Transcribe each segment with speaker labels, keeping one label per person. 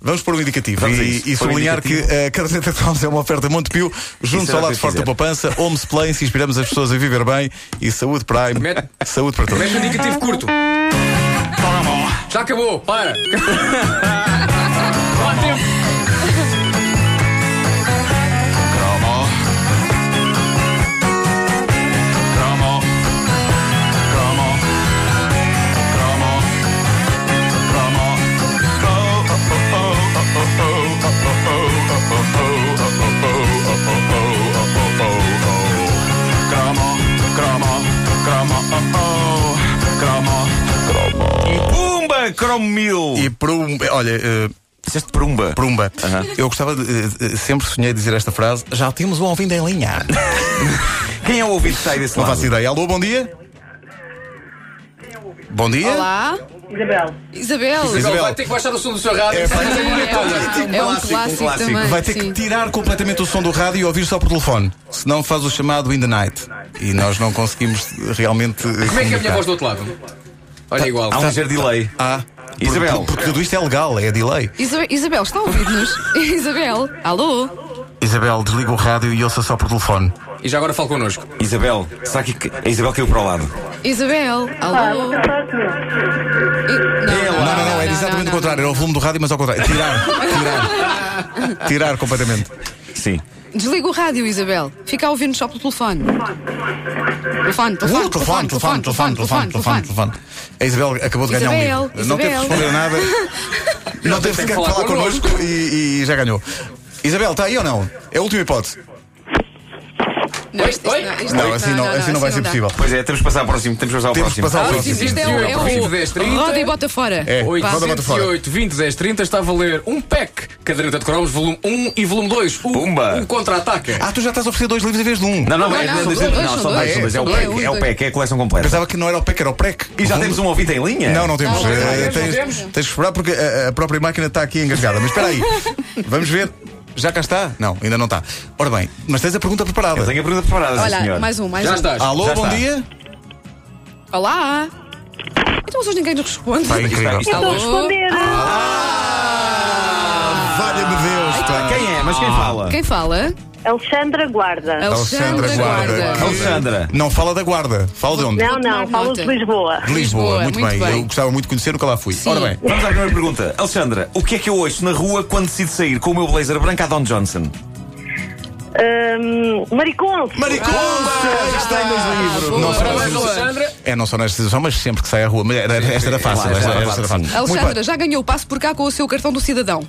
Speaker 1: Vamos pôr um indicativo
Speaker 2: Vamos a
Speaker 1: e,
Speaker 2: isso.
Speaker 1: e
Speaker 2: Pôr um
Speaker 1: sublinhar que
Speaker 2: indicativo.
Speaker 1: a caderneta de cromos é uma oferta Montepio, juntos
Speaker 2: era
Speaker 1: ao
Speaker 2: o
Speaker 1: lado
Speaker 2: que eu
Speaker 1: forte da
Speaker 2: ia
Speaker 1: poupança, Homes Place, inspiramos as pessoas a viver bem e saúde Prime,
Speaker 3: Mete-
Speaker 1: saúde para todos.
Speaker 3: Mete um indicativo curto. Já acabou, para.
Speaker 2: Pumba, cromil!
Speaker 1: E prum, olha, eh,
Speaker 2: Disseste prumba.
Speaker 1: prumba,
Speaker 2: Aham.
Speaker 1: eu gostava de, eh, eh, sempre sonhei dizer esta frase, já temos um ouvindo em linha.
Speaker 2: Quem é o ouvido que sai desse
Speaker 1: Não
Speaker 2: lado?
Speaker 1: faço ideia. Alô, bom dia. Bom dia.
Speaker 4: Olá,
Speaker 5: Isabel,
Speaker 4: Isabel.
Speaker 1: Isabel.
Speaker 3: Vai ter que baixar o som do seu rádio.
Speaker 1: É,
Speaker 4: É,
Speaker 2: clássico,
Speaker 4: é um
Speaker 2: clássico,
Speaker 4: clássico,
Speaker 2: clássico.
Speaker 4: também.
Speaker 1: Vai ter
Speaker 4: sim.
Speaker 1: que tirar completamente o som do rádio e ouvir só por telefone. Senão faz o chamado in the night. E nós não conseguimos realmente. eh,
Speaker 3: Como é que é a minha voz do outro lado? Olha,
Speaker 1: Tá,
Speaker 3: igual. Tá.
Speaker 2: Há um ligeiro delay.
Speaker 1: Ah, por-
Speaker 2: Isabel.
Speaker 1: por- Porque tudo isto é legal, é delay.
Speaker 4: Isabel, Isabel, está a ouvir-nos? Isabel, alô?
Speaker 1: Isabel, desliga o rádio e ouça só por telefone.
Speaker 3: E já agora fala connosco.
Speaker 2: Isabel, será que a Isabel caiu para o lado?
Speaker 4: Isabel,
Speaker 5: pá,
Speaker 4: alô?
Speaker 5: outra vez não.
Speaker 4: E-
Speaker 1: Não, não, não, era exatamente o
Speaker 4: não, é
Speaker 1: contrário. Era o volume do rádio, mas ao contrário. Tirar, tirar. Tirar completamente.
Speaker 2: Sim.
Speaker 4: não. Desliga o rádio, Isabel. Fica a ouvir-nos só pelo telefone. Telefone,
Speaker 1: Uh, telefone, telefone, telefone, telefone, telefone, telefone. A Isabel acabou de ganhar
Speaker 4: Isabel,
Speaker 1: um livro. Não teve que
Speaker 4: Isabel.
Speaker 1: responder nada. Não teve sequer que falar connosco e, e já ganhou. Isabel, está aí ou não? É a última hipótese.
Speaker 4: Não, tá. isto- isto
Speaker 3: Oi?
Speaker 4: isto
Speaker 1: Não, assim não, assim não vai ser
Speaker 4: dá.
Speaker 1: possível.
Speaker 2: Pois é, temos que passar ao próximo. Temos que passar ao
Speaker 1: Temos que passar
Speaker 2: próximo.
Speaker 1: ao
Speaker 4: Ah,
Speaker 1: próximo.
Speaker 4: isto isto é o- é
Speaker 3: Vinte, dez,
Speaker 4: o.
Speaker 3: trinta.
Speaker 4: Roda e bota fora.
Speaker 1: É,
Speaker 4: Vá.
Speaker 1: roda, bota fora.
Speaker 3: 808, 20, 10, 30 está a valer um pack. Caderneta de cromos, volume 1 e volume 2. O,
Speaker 2: Pumba.
Speaker 3: o contra-ataque.
Speaker 1: Ah, tu já estás a oferecer dois livros em vez de um.
Speaker 2: Não, não,
Speaker 4: Não,
Speaker 2: é,
Speaker 4: não, são
Speaker 2: dois,
Speaker 4: dois,
Speaker 2: não,
Speaker 4: são
Speaker 2: são dois,
Speaker 4: dois,
Speaker 2: são dois. É o
Speaker 4: dois,
Speaker 2: pack,
Speaker 4: dois,
Speaker 2: é o
Speaker 4: dois.
Speaker 2: pack, é a coleção completa.
Speaker 1: Pensava que não era o PEC, era o PREC.
Speaker 2: E já temos um ouvido em linha?
Speaker 1: Uhum. Não, não temos.
Speaker 4: Não, não
Speaker 1: Eh,
Speaker 4: temos,
Speaker 1: tens,
Speaker 3: não temos.
Speaker 1: tens que esperar porque a, a própria máquina está aqui engasgada. Mas espera aí, vamos ver. Já cá está? Não, ainda não está. Ora bem, mas tens a pergunta preparada.
Speaker 2: Eu tenho a pergunta preparada, sim,
Speaker 4: Olha,
Speaker 2: senhor.
Speaker 4: mais um, mais
Speaker 3: Já
Speaker 4: um.
Speaker 3: estás.
Speaker 1: Alô,
Speaker 2: Já
Speaker 1: bom
Speaker 2: está.
Speaker 1: dia.
Speaker 4: Olá. Então, mas hoje ninguém nos responde.
Speaker 1: Está incrível.
Speaker 2: Está-
Speaker 5: Vou
Speaker 4: Alô?
Speaker 5: responder.
Speaker 1: Valha-me Deus. pá.
Speaker 2: Quem é?
Speaker 1: Ah.
Speaker 2: Mas quem fala?
Speaker 4: Quem fala?
Speaker 5: Alexandra
Speaker 4: É
Speaker 5: Guarda.
Speaker 4: Alexandra Guarda.
Speaker 2: Alexandra.
Speaker 1: Não fala da Guarda. Fala de onde?
Speaker 5: Não,
Speaker 4: Vou
Speaker 5: não,
Speaker 4: tomar
Speaker 5: falo
Speaker 4: nota.
Speaker 5: de Lisboa.
Speaker 1: De Lisboa.
Speaker 4: Lisboa,
Speaker 1: Muito,
Speaker 4: muito
Speaker 1: bem.
Speaker 4: bem.
Speaker 1: Eu gostava muito de conhecer, nunca lá fui.
Speaker 4: Sim.
Speaker 1: Ora bem.
Speaker 2: Vamos à primeira pergunta. Alexandra, o que é que eu ouço na rua quando decido sair com o meu blazer branco a Don Johnson?
Speaker 5: Hum, Maricons.
Speaker 1: Maricona!
Speaker 2: Está em dois livros.
Speaker 1: Não sei.
Speaker 3: Parabéns, Alexandra.
Speaker 1: É não só nesta situação, mas sempre que sai à rua. Mas era- era- esta era fácil.
Speaker 2: Claro,
Speaker 1: esta-
Speaker 2: claro,
Speaker 1: esta era
Speaker 2: claro.
Speaker 1: fácil. Muito
Speaker 4: Alexandra,
Speaker 1: bem.
Speaker 4: já ganhou o passo por cá com o seu cartão do cidadão.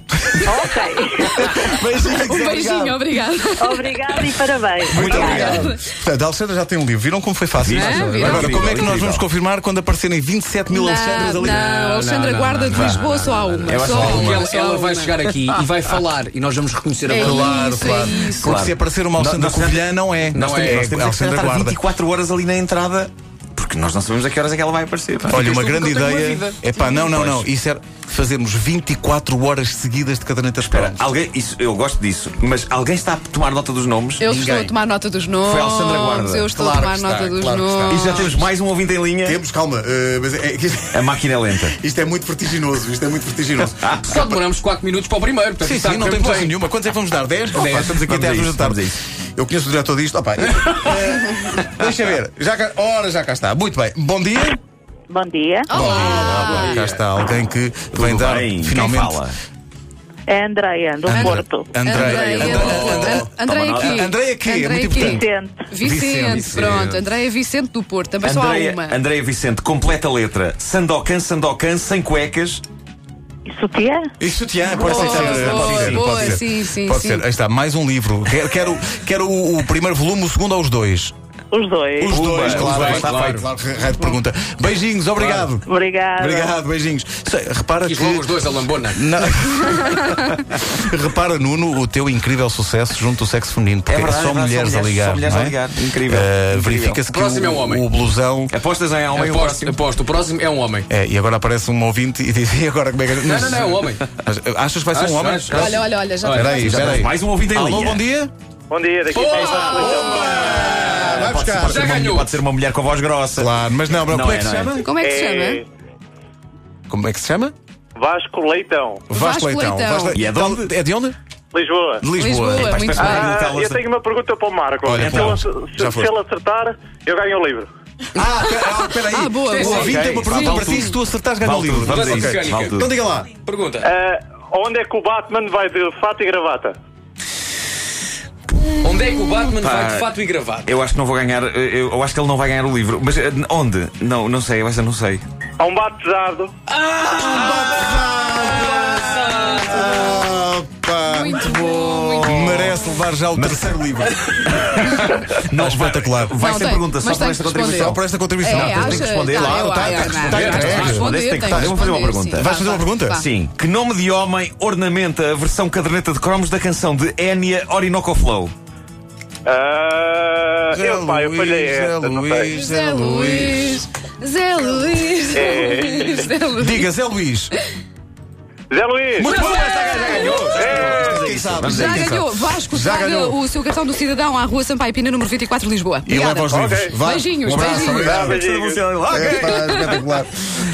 Speaker 1: Beijinhos,
Speaker 4: Um
Speaker 1: obrigado.
Speaker 4: beijinho, obrigada.
Speaker 5: Obrigada e parabéns.
Speaker 1: Muito
Speaker 4: Ah.
Speaker 1: obrigado. Portanto, a Alexandra já tem um livro. Viram como foi fácil?
Speaker 2: Viram,
Speaker 1: Agora,
Speaker 4: viram.
Speaker 1: Agora, como é que nós
Speaker 2: Incrível.
Speaker 1: vamos confirmar quando aparecerem 27 mil Alexandras
Speaker 4: Não,
Speaker 1: ali?
Speaker 4: não, Alexandra
Speaker 3: não,
Speaker 4: Guarda de Lisboa só há uma.
Speaker 2: Eu acho
Speaker 4: Só
Speaker 2: que
Speaker 3: Porque
Speaker 4: uma,
Speaker 3: ela,
Speaker 4: só
Speaker 3: ela vai
Speaker 4: uma.
Speaker 3: chegar aqui e vai falar e nós vamos reconhecer a
Speaker 4: É
Speaker 3: voz.
Speaker 1: Claro,
Speaker 4: Isso, é
Speaker 1: claro.
Speaker 4: isso.
Speaker 1: Porque
Speaker 2: Claro.
Speaker 1: se aparecer uma Alexandra
Speaker 2: Nós- nós-
Speaker 1: Covilhã, não é.
Speaker 2: Nós
Speaker 1: não
Speaker 2: temos,
Speaker 1: é.
Speaker 2: nós temos
Speaker 1: é
Speaker 2: que
Speaker 1: Alexandra
Speaker 2: estar
Speaker 1: Guarda.
Speaker 2: 24 horas ali na entrada, porque nós não sabemos a que horas é que ela vai aparecer. pá.
Speaker 1: Olha, uma
Speaker 3: tu nunca
Speaker 1: grande
Speaker 3: tens uma
Speaker 1: ideia.
Speaker 3: vida.
Speaker 1: É pá, não, não, não. Isso era fazermos 24 horas seguidas de caderneta
Speaker 2: Espera,
Speaker 1: espera.
Speaker 2: alguém, isso, eu gosto disso, mas alguém está a tomar nota dos nomes?
Speaker 4: Eu
Speaker 2: Ninguém.
Speaker 4: estou a tomar nota dos nomes.
Speaker 2: Foi Alexandra Guarda.
Speaker 4: Eu estou
Speaker 1: Claro
Speaker 4: a tomar
Speaker 1: que está,
Speaker 4: nota dos
Speaker 1: claro que está.
Speaker 2: E
Speaker 4: nomes.
Speaker 2: já temos mais um ouvinte em linha.
Speaker 1: Temos, calma. eh, mas é que isto-
Speaker 2: A máquina é lenta.
Speaker 1: isto é muito vertiginoso. Isto é muito vertiginoso.
Speaker 3: Só demoramos 4 minutos para o primeiro. Portanto,
Speaker 1: Sim,
Speaker 3: está
Speaker 1: sim, não
Speaker 3: a
Speaker 1: tem
Speaker 3: correr
Speaker 1: coisa
Speaker 3: bem.
Speaker 1: nenhuma. Quantos é que vamos dar? 10?
Speaker 2: Dez.
Speaker 1: estamos aqui
Speaker 2: Vamos
Speaker 1: até
Speaker 2: a
Speaker 1: às duas
Speaker 2: isso,
Speaker 1: da tarde.
Speaker 2: vamos a
Speaker 1: Eu conheço o diretor disto. Opa, eh, deixa ver. Já cá, ora, já cá está. Muito bem. Bom dia.
Speaker 5: Bom dia.
Speaker 4: Ah.
Speaker 1: Bom dia. Cá está alguém que vem dar
Speaker 2: bem? Quem
Speaker 1: finalmente.
Speaker 2: fala?
Speaker 5: É a Andreia, do Porto.
Speaker 1: Andréia.
Speaker 4: Andréia.
Speaker 2: Toma
Speaker 4: Andréia aqui.
Speaker 2: nota.
Speaker 1: Andréia aqui, é muito importante.
Speaker 5: Vicente.
Speaker 4: Vicente,
Speaker 1: Vicente.
Speaker 4: pronto. Andréia Vicente do Porto. Também só há
Speaker 2: Andreia,
Speaker 4: uma.
Speaker 2: Andreia Vicente, completa a letra. Sandocan, Sandocan, sem cuecas.
Speaker 5: E Sutiã?
Speaker 1: Isso te é, pode
Speaker 4: Boa,
Speaker 1: ser, pode ser, pode
Speaker 4: boa,
Speaker 1: ser,
Speaker 4: boa,
Speaker 1: pode ser.
Speaker 4: sim, sim,
Speaker 1: Pode
Speaker 4: sim.
Speaker 1: ser. Aí está, mais um livro. Quero, quero, quero o, o primeiro volume, o segundo ou os dois?
Speaker 5: Os dois.
Speaker 1: Os
Speaker 2: Pumba,
Speaker 1: dois,
Speaker 2: os
Speaker 1: claro,
Speaker 2: dois,
Speaker 1: está
Speaker 2: claro.
Speaker 1: feito. Claro, raio de pergunta. Beijinhos, obrigado.
Speaker 5: Obrigada.
Speaker 1: Obrigado, beijinhos. Sei, repara
Speaker 3: E
Speaker 1: que.
Speaker 3: logo os dois a lambona.
Speaker 1: Não. Repara, Nuno, o teu incrível sucesso junto ao sexo feminino, porque
Speaker 2: verdade,
Speaker 1: só
Speaker 2: é verdade,
Speaker 1: mulheres
Speaker 2: só
Speaker 1: a
Speaker 2: mulheres-
Speaker 1: ligar.
Speaker 2: só mulheres
Speaker 1: não
Speaker 2: a
Speaker 1: é?
Speaker 2: ligar. Incrível,
Speaker 1: Eh,
Speaker 2: incrível.
Speaker 1: Verifica-se que
Speaker 3: Próximo é
Speaker 1: o,
Speaker 3: um homem.
Speaker 1: o blusão.
Speaker 2: Apostas em homem? ou
Speaker 3: Aposto,
Speaker 2: próximo?
Speaker 3: aposto. O próximo é um homem.
Speaker 1: É, e agora aparece um ouvinte e diz: e agora como é que.
Speaker 3: Não, não, não, é um homem.
Speaker 1: Mas, eh, achas que vai ser
Speaker 3: Acho,
Speaker 1: um homem?
Speaker 3: acho, acho.
Speaker 4: Olha, olha, olha. Já
Speaker 1: Espera aí, espera aí.
Speaker 2: Mais um ouvinte em
Speaker 1: Alô,
Speaker 2: linha.
Speaker 1: bom dia.
Speaker 6: Bom dia, daqui Então, tem esta
Speaker 1: Vai
Speaker 2: Pode ser,
Speaker 1: buscar.
Speaker 2: pode, ser
Speaker 3: Já
Speaker 2: uma,
Speaker 3: ganhou.
Speaker 2: mulher- pode ser uma mulher com voz grossa.
Speaker 1: Claro, mas não, mas
Speaker 2: Não
Speaker 1: como é,
Speaker 2: é,
Speaker 1: que se
Speaker 2: não é.
Speaker 1: chama?
Speaker 4: Como é que se chama?
Speaker 6: coleção.
Speaker 1: Como é que se chama?
Speaker 6: Vasco Leitão,
Speaker 1: Vasco
Speaker 4: Vasco
Speaker 1: Leitão.
Speaker 4: Leitão.
Speaker 1: Vasco Leitão.
Speaker 2: E é de onde?
Speaker 1: É de onde?
Speaker 6: Lisboa.
Speaker 1: De Lisboa.
Speaker 4: Lisboa,
Speaker 1: Epá,
Speaker 4: muito
Speaker 1: espera-
Speaker 4: bem.
Speaker 6: Ah,
Speaker 2: Pergunta,
Speaker 6: eu
Speaker 2: Lúcia.
Speaker 6: tenho uma pergunta para o Marco.
Speaker 1: então, Olha,
Speaker 6: então,
Speaker 1: Paulo,
Speaker 6: se,
Speaker 1: já
Speaker 6: se
Speaker 1: foste.
Speaker 6: ele acertar, eu ganho o livro.
Speaker 1: Ah, pera- ah, peraí.
Speaker 4: Ah, boa,
Speaker 1: O
Speaker 4: boa.
Speaker 1: ouvinte é uma
Speaker 2: Ok.
Speaker 1: pergunta
Speaker 2: Vale
Speaker 1: para ti.
Speaker 2: tudo.
Speaker 1: Se tu acertares, ganha o
Speaker 2: Vale
Speaker 1: livro.
Speaker 2: tudo, vamos
Speaker 1: Vamos
Speaker 3: a
Speaker 1: dizer.
Speaker 3: isso.
Speaker 1: Ok.
Speaker 3: Vale tudo.
Speaker 1: Então diga lá.
Speaker 3: Pergunta.
Speaker 6: Ah, onde é que o Batman vai de fato e gravata?
Speaker 3: Onde é que o Batman
Speaker 2: Pá.
Speaker 3: vai de fato e gravado?
Speaker 2: Eu acho que não vou ganhar, eh, eu, eu acho que ele não vai ganhar o livro. Mas eh, onde? Não, não sei, eu essa não sei.
Speaker 6: A um batizado.
Speaker 1: Ah, pá.
Speaker 4: Muito bom, muito bom.
Speaker 1: Merece levar já o terceiro livro.
Speaker 2: Não,
Speaker 1: espetacular.
Speaker 2: Vai
Speaker 4: Não,
Speaker 2: ser
Speaker 4: tem,
Speaker 2: pergunta, só
Speaker 4: mas
Speaker 2: por
Speaker 4: tem
Speaker 2: esta
Speaker 4: que responder.
Speaker 1: Só
Speaker 2: contribuição.
Speaker 1: por esta contribuição.
Speaker 4: É,
Speaker 1: Não,
Speaker 4: acho-
Speaker 1: tens-
Speaker 2: tem que responder
Speaker 4: tá,
Speaker 2: lá,
Speaker 4: eu-
Speaker 1: tá, tá,
Speaker 4: eu- não,
Speaker 1: tá,
Speaker 4: eu-
Speaker 1: tá,
Speaker 4: acho que
Speaker 1: é.
Speaker 4: responder,
Speaker 2: Respondeste, tem que
Speaker 4: tem
Speaker 2: tá.
Speaker 4: que
Speaker 2: Eu vou fazer uma
Speaker 4: responder,
Speaker 2: pergunta.
Speaker 4: sim.
Speaker 1: Vais fazer
Speaker 4: Vá,
Speaker 1: uma
Speaker 4: vá,
Speaker 1: pergunta?
Speaker 4: vá.
Speaker 2: Sim, que nome de homem ornamenta a versão caderneta de cromos da canção de Enya Orinoco Flow?
Speaker 6: Ah,
Speaker 1: Zé
Speaker 6: eu, pá, eu
Speaker 1: Luís,
Speaker 6: falhei
Speaker 1: Zé
Speaker 6: esta, não sei.
Speaker 1: Luís,
Speaker 4: Zé Luís, Zé Luís, Zé Luís, Zé Luís.
Speaker 1: É. Diga, Zé Luís.
Speaker 6: Zé Luís!
Speaker 1: Quem sabe?
Speaker 2: Vamos
Speaker 4: Já
Speaker 1: Quem sabe?
Speaker 4: ganhou. Vasco
Speaker 1: Já
Speaker 4: traga
Speaker 1: ganhou.
Speaker 4: o seu cartão do cidadão à rua Sampaio Pina, número 24, Lisboa.
Speaker 1: E leva os livros.
Speaker 6: Ok.
Speaker 1: Vá.
Speaker 4: Beijinhos,
Speaker 1: um abraço,
Speaker 4: beijinhos.
Speaker 1: obrigado.
Speaker 6: Obrigado, beijinhos.
Speaker 1: É, pá, espetacular.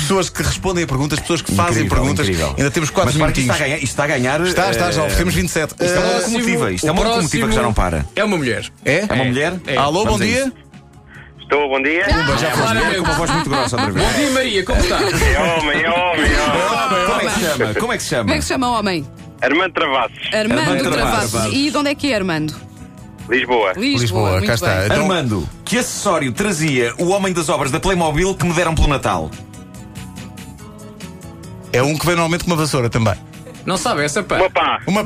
Speaker 1: Pessoas que respondem a perguntas, pessoas que fazem
Speaker 2: Incrível,
Speaker 1: perguntas.
Speaker 2: incrível.
Speaker 1: Ainda temos 4
Speaker 2: Mas para que isto
Speaker 1: minutinhos.
Speaker 2: está a ganhar. Isto está, a ganhar
Speaker 1: Está, está, já
Speaker 2: eh,
Speaker 1: oferecemos 27.
Speaker 2: Isto é uma
Speaker 1: Eh,
Speaker 2: locomotiva. Isto é uma
Speaker 3: O próximo
Speaker 2: locomotiva que já não para.
Speaker 3: É uma mulher.
Speaker 1: É?
Speaker 2: É uma mulher?
Speaker 3: É.
Speaker 1: Alô, bom
Speaker 2: Vamos a
Speaker 1: dia.
Speaker 2: isso.
Speaker 6: Estou, bom dia.
Speaker 3: É,
Speaker 2: Com uma
Speaker 3: claramente.
Speaker 2: voz muito grossa outra vez.
Speaker 3: Bom dia, Maria, como está?
Speaker 6: É homem, é homem, é homem.
Speaker 2: Como é que se chama? Como é que se chama?
Speaker 4: Como é que se chama o homem?
Speaker 6: Armando Travassos,
Speaker 4: Armando,
Speaker 2: Armando
Speaker 4: Travassos.
Speaker 2: Travassos.
Speaker 4: E de onde é que é Armando?
Speaker 6: Lisboa.
Speaker 4: Lisboa.
Speaker 1: Lisboa,
Speaker 4: muito
Speaker 1: cá está.
Speaker 4: bem.
Speaker 1: Então-
Speaker 2: Armando, que acessório trazia o homem das obras da Playmobil que me deram pelo Natal?
Speaker 1: É um que vem normalmente com uma vassoura também.
Speaker 3: Não sabe essa pá.
Speaker 6: Uma pá.
Speaker 1: Uma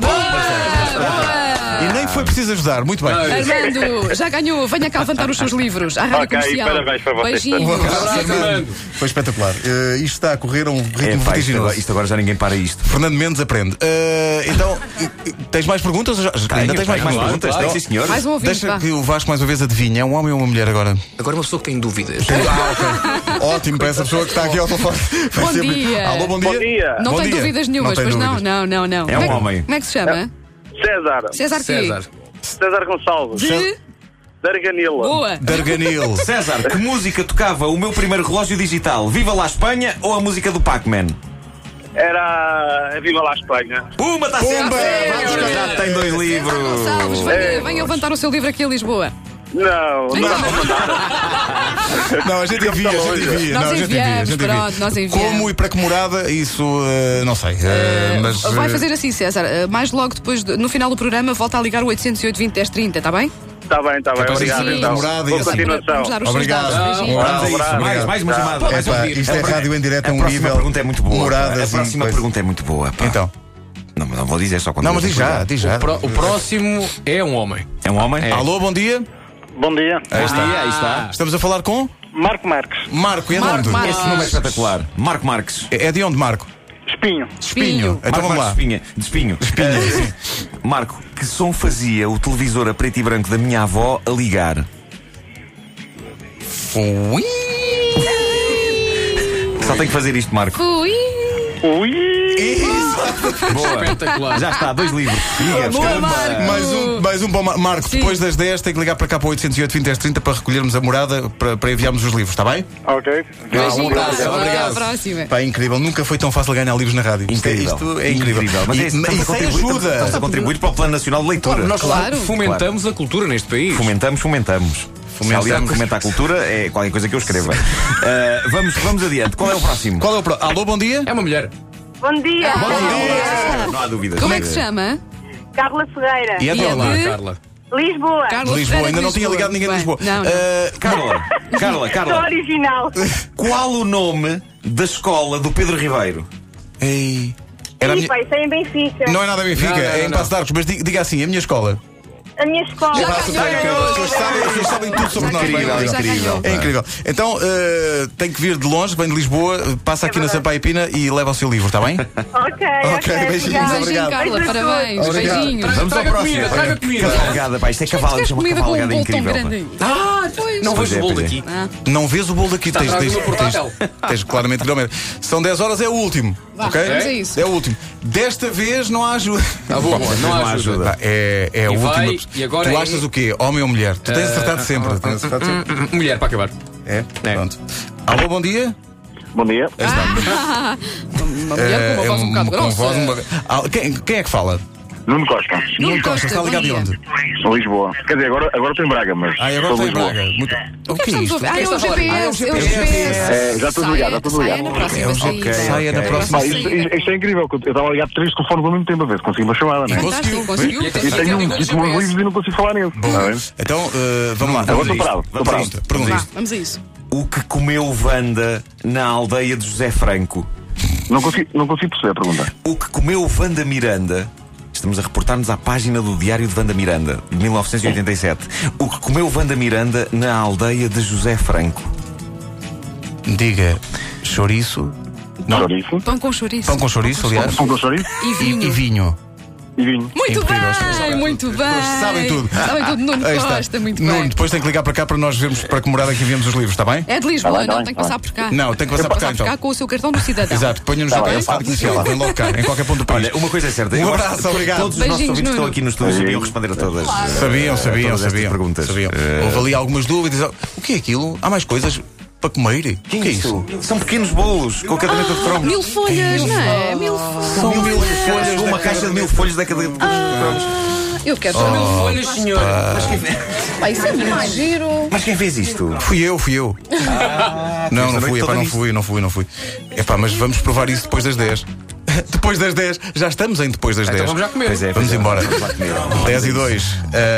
Speaker 1: E nem foi preciso ajudar. Muito bem.
Speaker 3: Ah,
Speaker 4: Armando, já ganhou. Venha cá levantar os seus livros. À Rádio
Speaker 6: Ok,
Speaker 4: Comercial.
Speaker 6: parabéns para vocês.
Speaker 1: Um
Speaker 4: Beijinhos.
Speaker 1: abraço,
Speaker 3: Obrigado,
Speaker 1: Armando. Foi espetacular. Eh, isto está a correr a um
Speaker 2: É,
Speaker 1: ritmo
Speaker 2: pá, isto, agora,
Speaker 1: vertiginoso.
Speaker 2: isto é- agora já ninguém para isto.
Speaker 1: Fernando Mendes aprende. Eh, então, eh, tens mais perguntas? ou já- Ainda tens mais perguntas?
Speaker 2: Tenho
Speaker 1: Então,
Speaker 2: perguntas?
Speaker 3: claro.
Speaker 2: Tem, sim, senhor.
Speaker 4: Mais um ouvinte,
Speaker 1: Deixa
Speaker 4: vá.
Speaker 1: que o Vasco mais uma vez adivinha. É um homem ou uma mulher agora?
Speaker 3: Agora uma pessoa que tem dúvidas.
Speaker 1: Ah, ok. Ótimo para essa pessoa que está aqui ao telefone. Vai
Speaker 4: Bom
Speaker 1: ser-
Speaker 4: dia.
Speaker 1: Alô, bom dia.
Speaker 6: Bom dia.
Speaker 4: Não
Speaker 1: Bom
Speaker 4: tem
Speaker 1: dia.
Speaker 4: dúvidas nenhumas,
Speaker 1: tem
Speaker 4: pois não, né?
Speaker 1: dúvidas.
Speaker 4: não, não, não.
Speaker 2: É um
Speaker 4: Como que-
Speaker 2: homem.
Speaker 4: Como é que se chama?
Speaker 6: É. César.
Speaker 4: César quê?
Speaker 3: César.
Speaker 6: César Gonçalves.
Speaker 4: De
Speaker 6: Darganila.
Speaker 4: boa.
Speaker 1: Darganil.
Speaker 2: César, que música tocava o meu primeiro relógio digital? Viva lá Espanha ou a música do Pac-Man?
Speaker 6: Era a Viva lá Espanha.
Speaker 2: Uma está certa!
Speaker 1: Pumba!
Speaker 2: tá Vamos, que Já tem dois
Speaker 4: César
Speaker 2: livros!
Speaker 4: Gonçalves, venha, venha levantar o seu livro aqui a Lisboa.
Speaker 6: Não, não.
Speaker 1: Não, a gente envia, a gente envia.
Speaker 4: Nós
Speaker 1: não, a gente envia, a
Speaker 4: enviamos,
Speaker 1: gente envia.
Speaker 4: pronto, nós enviamos.
Speaker 1: Como e para que morada, isso eh, não sei. eh, mas,
Speaker 4: Vai
Speaker 1: eh,
Speaker 4: fazer assim, César. eh, Mais logo depois, de- no final do programa, volta a ligar o 808 20 10 30, está tá bem?
Speaker 6: Está Tá bem, está bem.
Speaker 1: para
Speaker 6: Obrigado.
Speaker 1: saber da
Speaker 6: então.
Speaker 1: morada e
Speaker 6: Boa
Speaker 1: assim.
Speaker 6: continuação.
Speaker 4: Vamos dar os
Speaker 1: Obrigado.
Speaker 4: seus dados.
Speaker 1: Um
Speaker 4: beijinhos.
Speaker 1: abraço.
Speaker 2: Vamos a isso. Mais,
Speaker 1: Obrigado.
Speaker 2: mais uma chamada. mais um
Speaker 1: Epá,
Speaker 2: ouvir.
Speaker 1: isto é
Speaker 2: A pro-
Speaker 1: rádio em direto a um
Speaker 2: A próxima
Speaker 1: nível-
Speaker 2: pergunta é muito boa.
Speaker 1: Moradas
Speaker 2: A
Speaker 1: e
Speaker 2: próxima
Speaker 1: coisas.
Speaker 2: pergunta é muito boa. pá.
Speaker 1: Então.
Speaker 2: Não, não vou dizer só quando.
Speaker 1: Não, mas diz já, diz já.
Speaker 3: O, pró- o próximo é um homem.
Speaker 2: É um homem? Ah,
Speaker 1: Alô, bom dia.
Speaker 2: é-
Speaker 7: Bom dia.
Speaker 1: Aí está.
Speaker 2: aí está.
Speaker 1: Estamos a falar com
Speaker 7: Marco Marques.
Speaker 1: Marco. E é de
Speaker 4: Marco,
Speaker 1: onde?
Speaker 4: Marco.
Speaker 2: Esse nome é espetacular. Marco Marques.
Speaker 1: É é de onde, Marco?
Speaker 7: Espinho.
Speaker 4: Espinho.
Speaker 1: Então
Speaker 2: Marco
Speaker 1: vamos lá.
Speaker 2: Marques de Espinho. De Espinho. Eh, Marco, que som fazia o televisor a preto e branco da minha avó a ligar?
Speaker 1: Ui.
Speaker 2: Só tenho que fazer isto, Marco.
Speaker 4: Ui.
Speaker 2: Boa.
Speaker 3: Espetacular.
Speaker 2: Já está, dois livros. Liga,
Speaker 4: Boa,
Speaker 2: caramba.
Speaker 4: Marco.
Speaker 1: Mais um, mais um para o Mar- Marco.
Speaker 4: Sim.
Speaker 1: Depois das 10 tem que ligar para cá para o 808 20 30 para recolhermos a morada para, para enviarmos os livros, está bem?
Speaker 7: Ok.
Speaker 4: Beijinhos.
Speaker 1: abraço,
Speaker 4: Até à
Speaker 1: obrigado.
Speaker 4: próxima.
Speaker 1: Pá, é incrível. Nunca foi tão fácil ganhar livros na rádio. Isto é-
Speaker 2: Incrível.
Speaker 1: Isto é incrível.
Speaker 2: Mas
Speaker 1: e,
Speaker 2: é isso, estamos
Speaker 1: e
Speaker 2: a
Speaker 1: sem
Speaker 2: contribuir,
Speaker 1: ajuda.
Speaker 2: Estamos a contribuir para o Plano Nacional de Leitura.
Speaker 1: Nós lá
Speaker 4: Claro.
Speaker 3: Fomentamos a cultura neste país.
Speaker 2: Fomentamos, fomentamos. Se
Speaker 1: Fomentamos.
Speaker 2: aliás fomentar a cultura é qualquer coisa que eu escreva. Ah, vamos, vamos adiante. Qual é o próximo?
Speaker 1: Qual é o pro... Alô, bom dia.
Speaker 3: É uma mulher.
Speaker 8: Bom dia,
Speaker 2: Não há dúvida.
Speaker 4: Como é que se chama?
Speaker 8: Carla Ferreira,
Speaker 1: E é de
Speaker 4: E é
Speaker 1: onde?
Speaker 4: de-
Speaker 3: Olá, Então Carla.
Speaker 8: Lisboa.
Speaker 1: Lisboa.
Speaker 4: Carlos Ferreira
Speaker 1: Ainda
Speaker 4: de
Speaker 1: não tinha
Speaker 4: Lisboa.
Speaker 1: ligado ninguém de
Speaker 4: Bem,
Speaker 1: Lisboa.
Speaker 4: Não, não.
Speaker 1: Ah,
Speaker 2: Carla, Carla,
Speaker 8: Sou
Speaker 2: Carla.
Speaker 8: original.
Speaker 2: Qual o nome da escola do Pedro Ribeiro?
Speaker 1: ei. Era a minha-
Speaker 8: Sim, pai, sei Tipo, em Benfica.
Speaker 1: Não é nada Benfica,
Speaker 3: Não, não, não,
Speaker 1: é em
Speaker 3: não.
Speaker 1: Passo de Arcos, mas diga, diga assim, é a minha escola.
Speaker 8: A minha escola.
Speaker 4: Já
Speaker 1: Passo de Arcos,
Speaker 4: ganhou.
Speaker 1: As pessoas sabem, as pessoas sabem tudo sobre nós.
Speaker 4: Incrível,
Speaker 1: bem,
Speaker 4: incrível.
Speaker 1: É incrível. Então, eh, tem que vir de longe, vem de Lisboa, eh, passa aqui na
Speaker 8: verdade.
Speaker 1: Sampaio Pina e leva o seu livro, está bem?
Speaker 8: Ok,
Speaker 1: Ok, beijinhos,
Speaker 8: obrigada.
Speaker 4: Beijinho,
Speaker 1: Obrigado.
Speaker 4: Carla.
Speaker 8: Beijos a todos.
Speaker 4: Parabéns.
Speaker 1: Obrigado.
Speaker 4: Beijinhos.
Speaker 3: Traga, traga comida, traga comida.
Speaker 2: Cavalgada, pá, isto é cavalo, isto
Speaker 4: Tens
Speaker 2: é uma
Speaker 4: comida com um
Speaker 2: cavalgada
Speaker 4: bolo tão
Speaker 2: incrível.
Speaker 4: grande
Speaker 2: pá.
Speaker 4: ainda. Ah, pois.
Speaker 3: Não vejo o bolo
Speaker 2: pois é.
Speaker 3: daqui.
Speaker 1: Não vês o bolo daqui, tens,
Speaker 3: atrás
Speaker 1: tens,
Speaker 3: do meu portável.
Speaker 1: tens, tens claramente que não merece. São 10 horas, é o último.
Speaker 4: Vá,
Speaker 1: ok?
Speaker 4: vamos a isso.
Speaker 1: É o último. Desta vez não há ajuda.
Speaker 3: Ah, boa, boa, não há ajuda.
Speaker 1: Vá, É, é a
Speaker 3: E vai,
Speaker 1: última.
Speaker 3: e agora
Speaker 1: tu
Speaker 3: é-
Speaker 1: achas o quê? Homem ou mulher? Tu tens acertado sempre. Tens acertado sempre.
Speaker 3: Mulher, para acabar.
Speaker 1: É, pronto. Alô, bom dia.
Speaker 7: Bom dia.
Speaker 4: Ah, uma mulher com uma
Speaker 1: Eh,
Speaker 4: voz um bocado
Speaker 1: com
Speaker 4: grossa.
Speaker 1: voz, uma- Ah, quem, quem é que fala?
Speaker 6: Nuno Costa.
Speaker 4: Nuno
Speaker 1: Nuno
Speaker 4: Costa,
Speaker 1: está ligado de
Speaker 4: bom
Speaker 1: onde?
Speaker 6: Sou Lisboa. Quer dizer, agora, agora estou em Braga, mas.
Speaker 1: Ah, e agora estou
Speaker 6: sou
Speaker 1: em
Speaker 6: de Lisboa.
Speaker 1: Braga. Muito... O
Speaker 4: O que
Speaker 1: que é um
Speaker 4: estamos a
Speaker 1: isto?
Speaker 4: ouvir? Ah, é o GPS, é o GPS.
Speaker 6: É, já estou ligado, já estou
Speaker 4: Saia-
Speaker 1: É o
Speaker 4: Saia
Speaker 6: ligado.
Speaker 4: na próxima
Speaker 1: GPS.
Speaker 4: saída.
Speaker 1: Saia na
Speaker 4: Ok.
Speaker 1: próxima
Speaker 6: Pá, isto, isto- isto é incrível, que eu estava ligado três telefones ao mesmo tempo a ver se consigo uma chamada, não é?
Speaker 4: Fantástico,
Speaker 1: Conseguiu,
Speaker 4: conseguiu.
Speaker 3: E até-
Speaker 6: E tenho
Speaker 3: Sim,
Speaker 6: um
Speaker 3: sim,
Speaker 6: tipo
Speaker 3: sim.
Speaker 6: livros e não consigo falar nele. Está bem?
Speaker 1: Então, eh, vamos lá.
Speaker 6: Agora
Speaker 1: vamos a
Speaker 6: estou
Speaker 1: isto.
Speaker 6: parado, estou parado.
Speaker 1: Pergunta, pergunta
Speaker 4: Vá,
Speaker 1: isto.
Speaker 4: vamos a isso.
Speaker 2: O que comeu Vanda na aldeia de José Franco?
Speaker 6: Não consigo, não consigo perceber a pergunta.
Speaker 2: O que comeu Vanda Miranda? Estamos a reportar-nos à página do Diário de Vanda Miranda, de 1987. O que comeu Vanda Miranda na aldeia de José Franco?
Speaker 1: Diga chouriço.
Speaker 6: Não. Chouriço.
Speaker 4: Pão com chouriço.
Speaker 1: Pão com chouriço, aliás.
Speaker 6: Pão com chouriço
Speaker 4: E
Speaker 1: E,
Speaker 4: vinho.
Speaker 1: e vinho.
Speaker 6: e vinho.
Speaker 4: Muito
Speaker 1: Incrível, as pessoas
Speaker 4: bem, muito bem.
Speaker 1: Sabem tudo.
Speaker 4: Sabem tudo. Nuno
Speaker 1: Aí está.
Speaker 4: Costa, muito
Speaker 1: Nuno,
Speaker 4: bem.
Speaker 1: depois tem que ligar para cá para nós vermos para que morada aqui vemos os livros, está bem?
Speaker 4: É de Lisboa,
Speaker 6: Tá bem, tá
Speaker 4: não
Speaker 6: bem,
Speaker 4: tem que
Speaker 6: tá
Speaker 4: passar por cá.
Speaker 1: Não, tem que passar por cá, então.
Speaker 4: com o seu cartão do cidadão.
Speaker 1: Exato, ponha-nos já
Speaker 6: Tá
Speaker 1: para
Speaker 6: bem,
Speaker 1: a cidade comercial. Vem logo cá, em qualquer ponto do país.
Speaker 2: Olha, uma coisa é certa.
Speaker 1: Um
Speaker 2: eu acho
Speaker 1: abraço,
Speaker 2: que to-
Speaker 1: obrigado.
Speaker 2: Todos os nossos
Speaker 4: Beijinhos,
Speaker 2: ouvintes que estão
Speaker 4: Nuno.
Speaker 2: aqui no estúdio sabiam responder a todas.
Speaker 1: Sabiam,
Speaker 6: Então,
Speaker 1: sabiam,
Speaker 2: todas estas
Speaker 1: sabiam.
Speaker 2: perguntas. Eh,
Speaker 1: sabiam.
Speaker 6: Eh,
Speaker 1: Houve ali algumas dúvidas. O que é aquilo? Há mais coisas para comer? O que é isso?
Speaker 2: São pequenos bolos com a caderneta de cromos.
Speaker 4: Mil folhas, não é? Mil folhas.
Speaker 1: São mil folhas.
Speaker 2: Uma caixa de mil folhas da caderneta de cromos.
Speaker 4: Ah. Eu quero só
Speaker 1: Oh.
Speaker 4: mil folhas.
Speaker 3: Olha, senhor.
Speaker 4: Pá, isso é muito giro.
Speaker 2: Mas quem fez isto?
Speaker 1: Fui eu, fui eu. não, não
Speaker 2: noite
Speaker 1: fui,
Speaker 2: toda
Speaker 1: epá, não
Speaker 2: nisto.
Speaker 1: fui, não fui, não fui. Epá, mas vamos provar isso depois das 10. Depois das 10, já estamos em depois das 10.
Speaker 3: Então vamos já comer.
Speaker 2: Pois é,
Speaker 1: Vamos
Speaker 2: pois é.
Speaker 1: embora.
Speaker 2: Vamos lá comer.
Speaker 1: 10 e 2.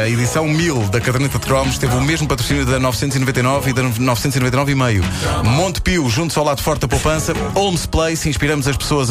Speaker 1: A edição 1000 da Caderneta de Cromos teve o mesmo patrocínio da 999 e da 999,5. Montepio, junto ao lado forte da poupança. Holmes Place, inspiramos as pessoas a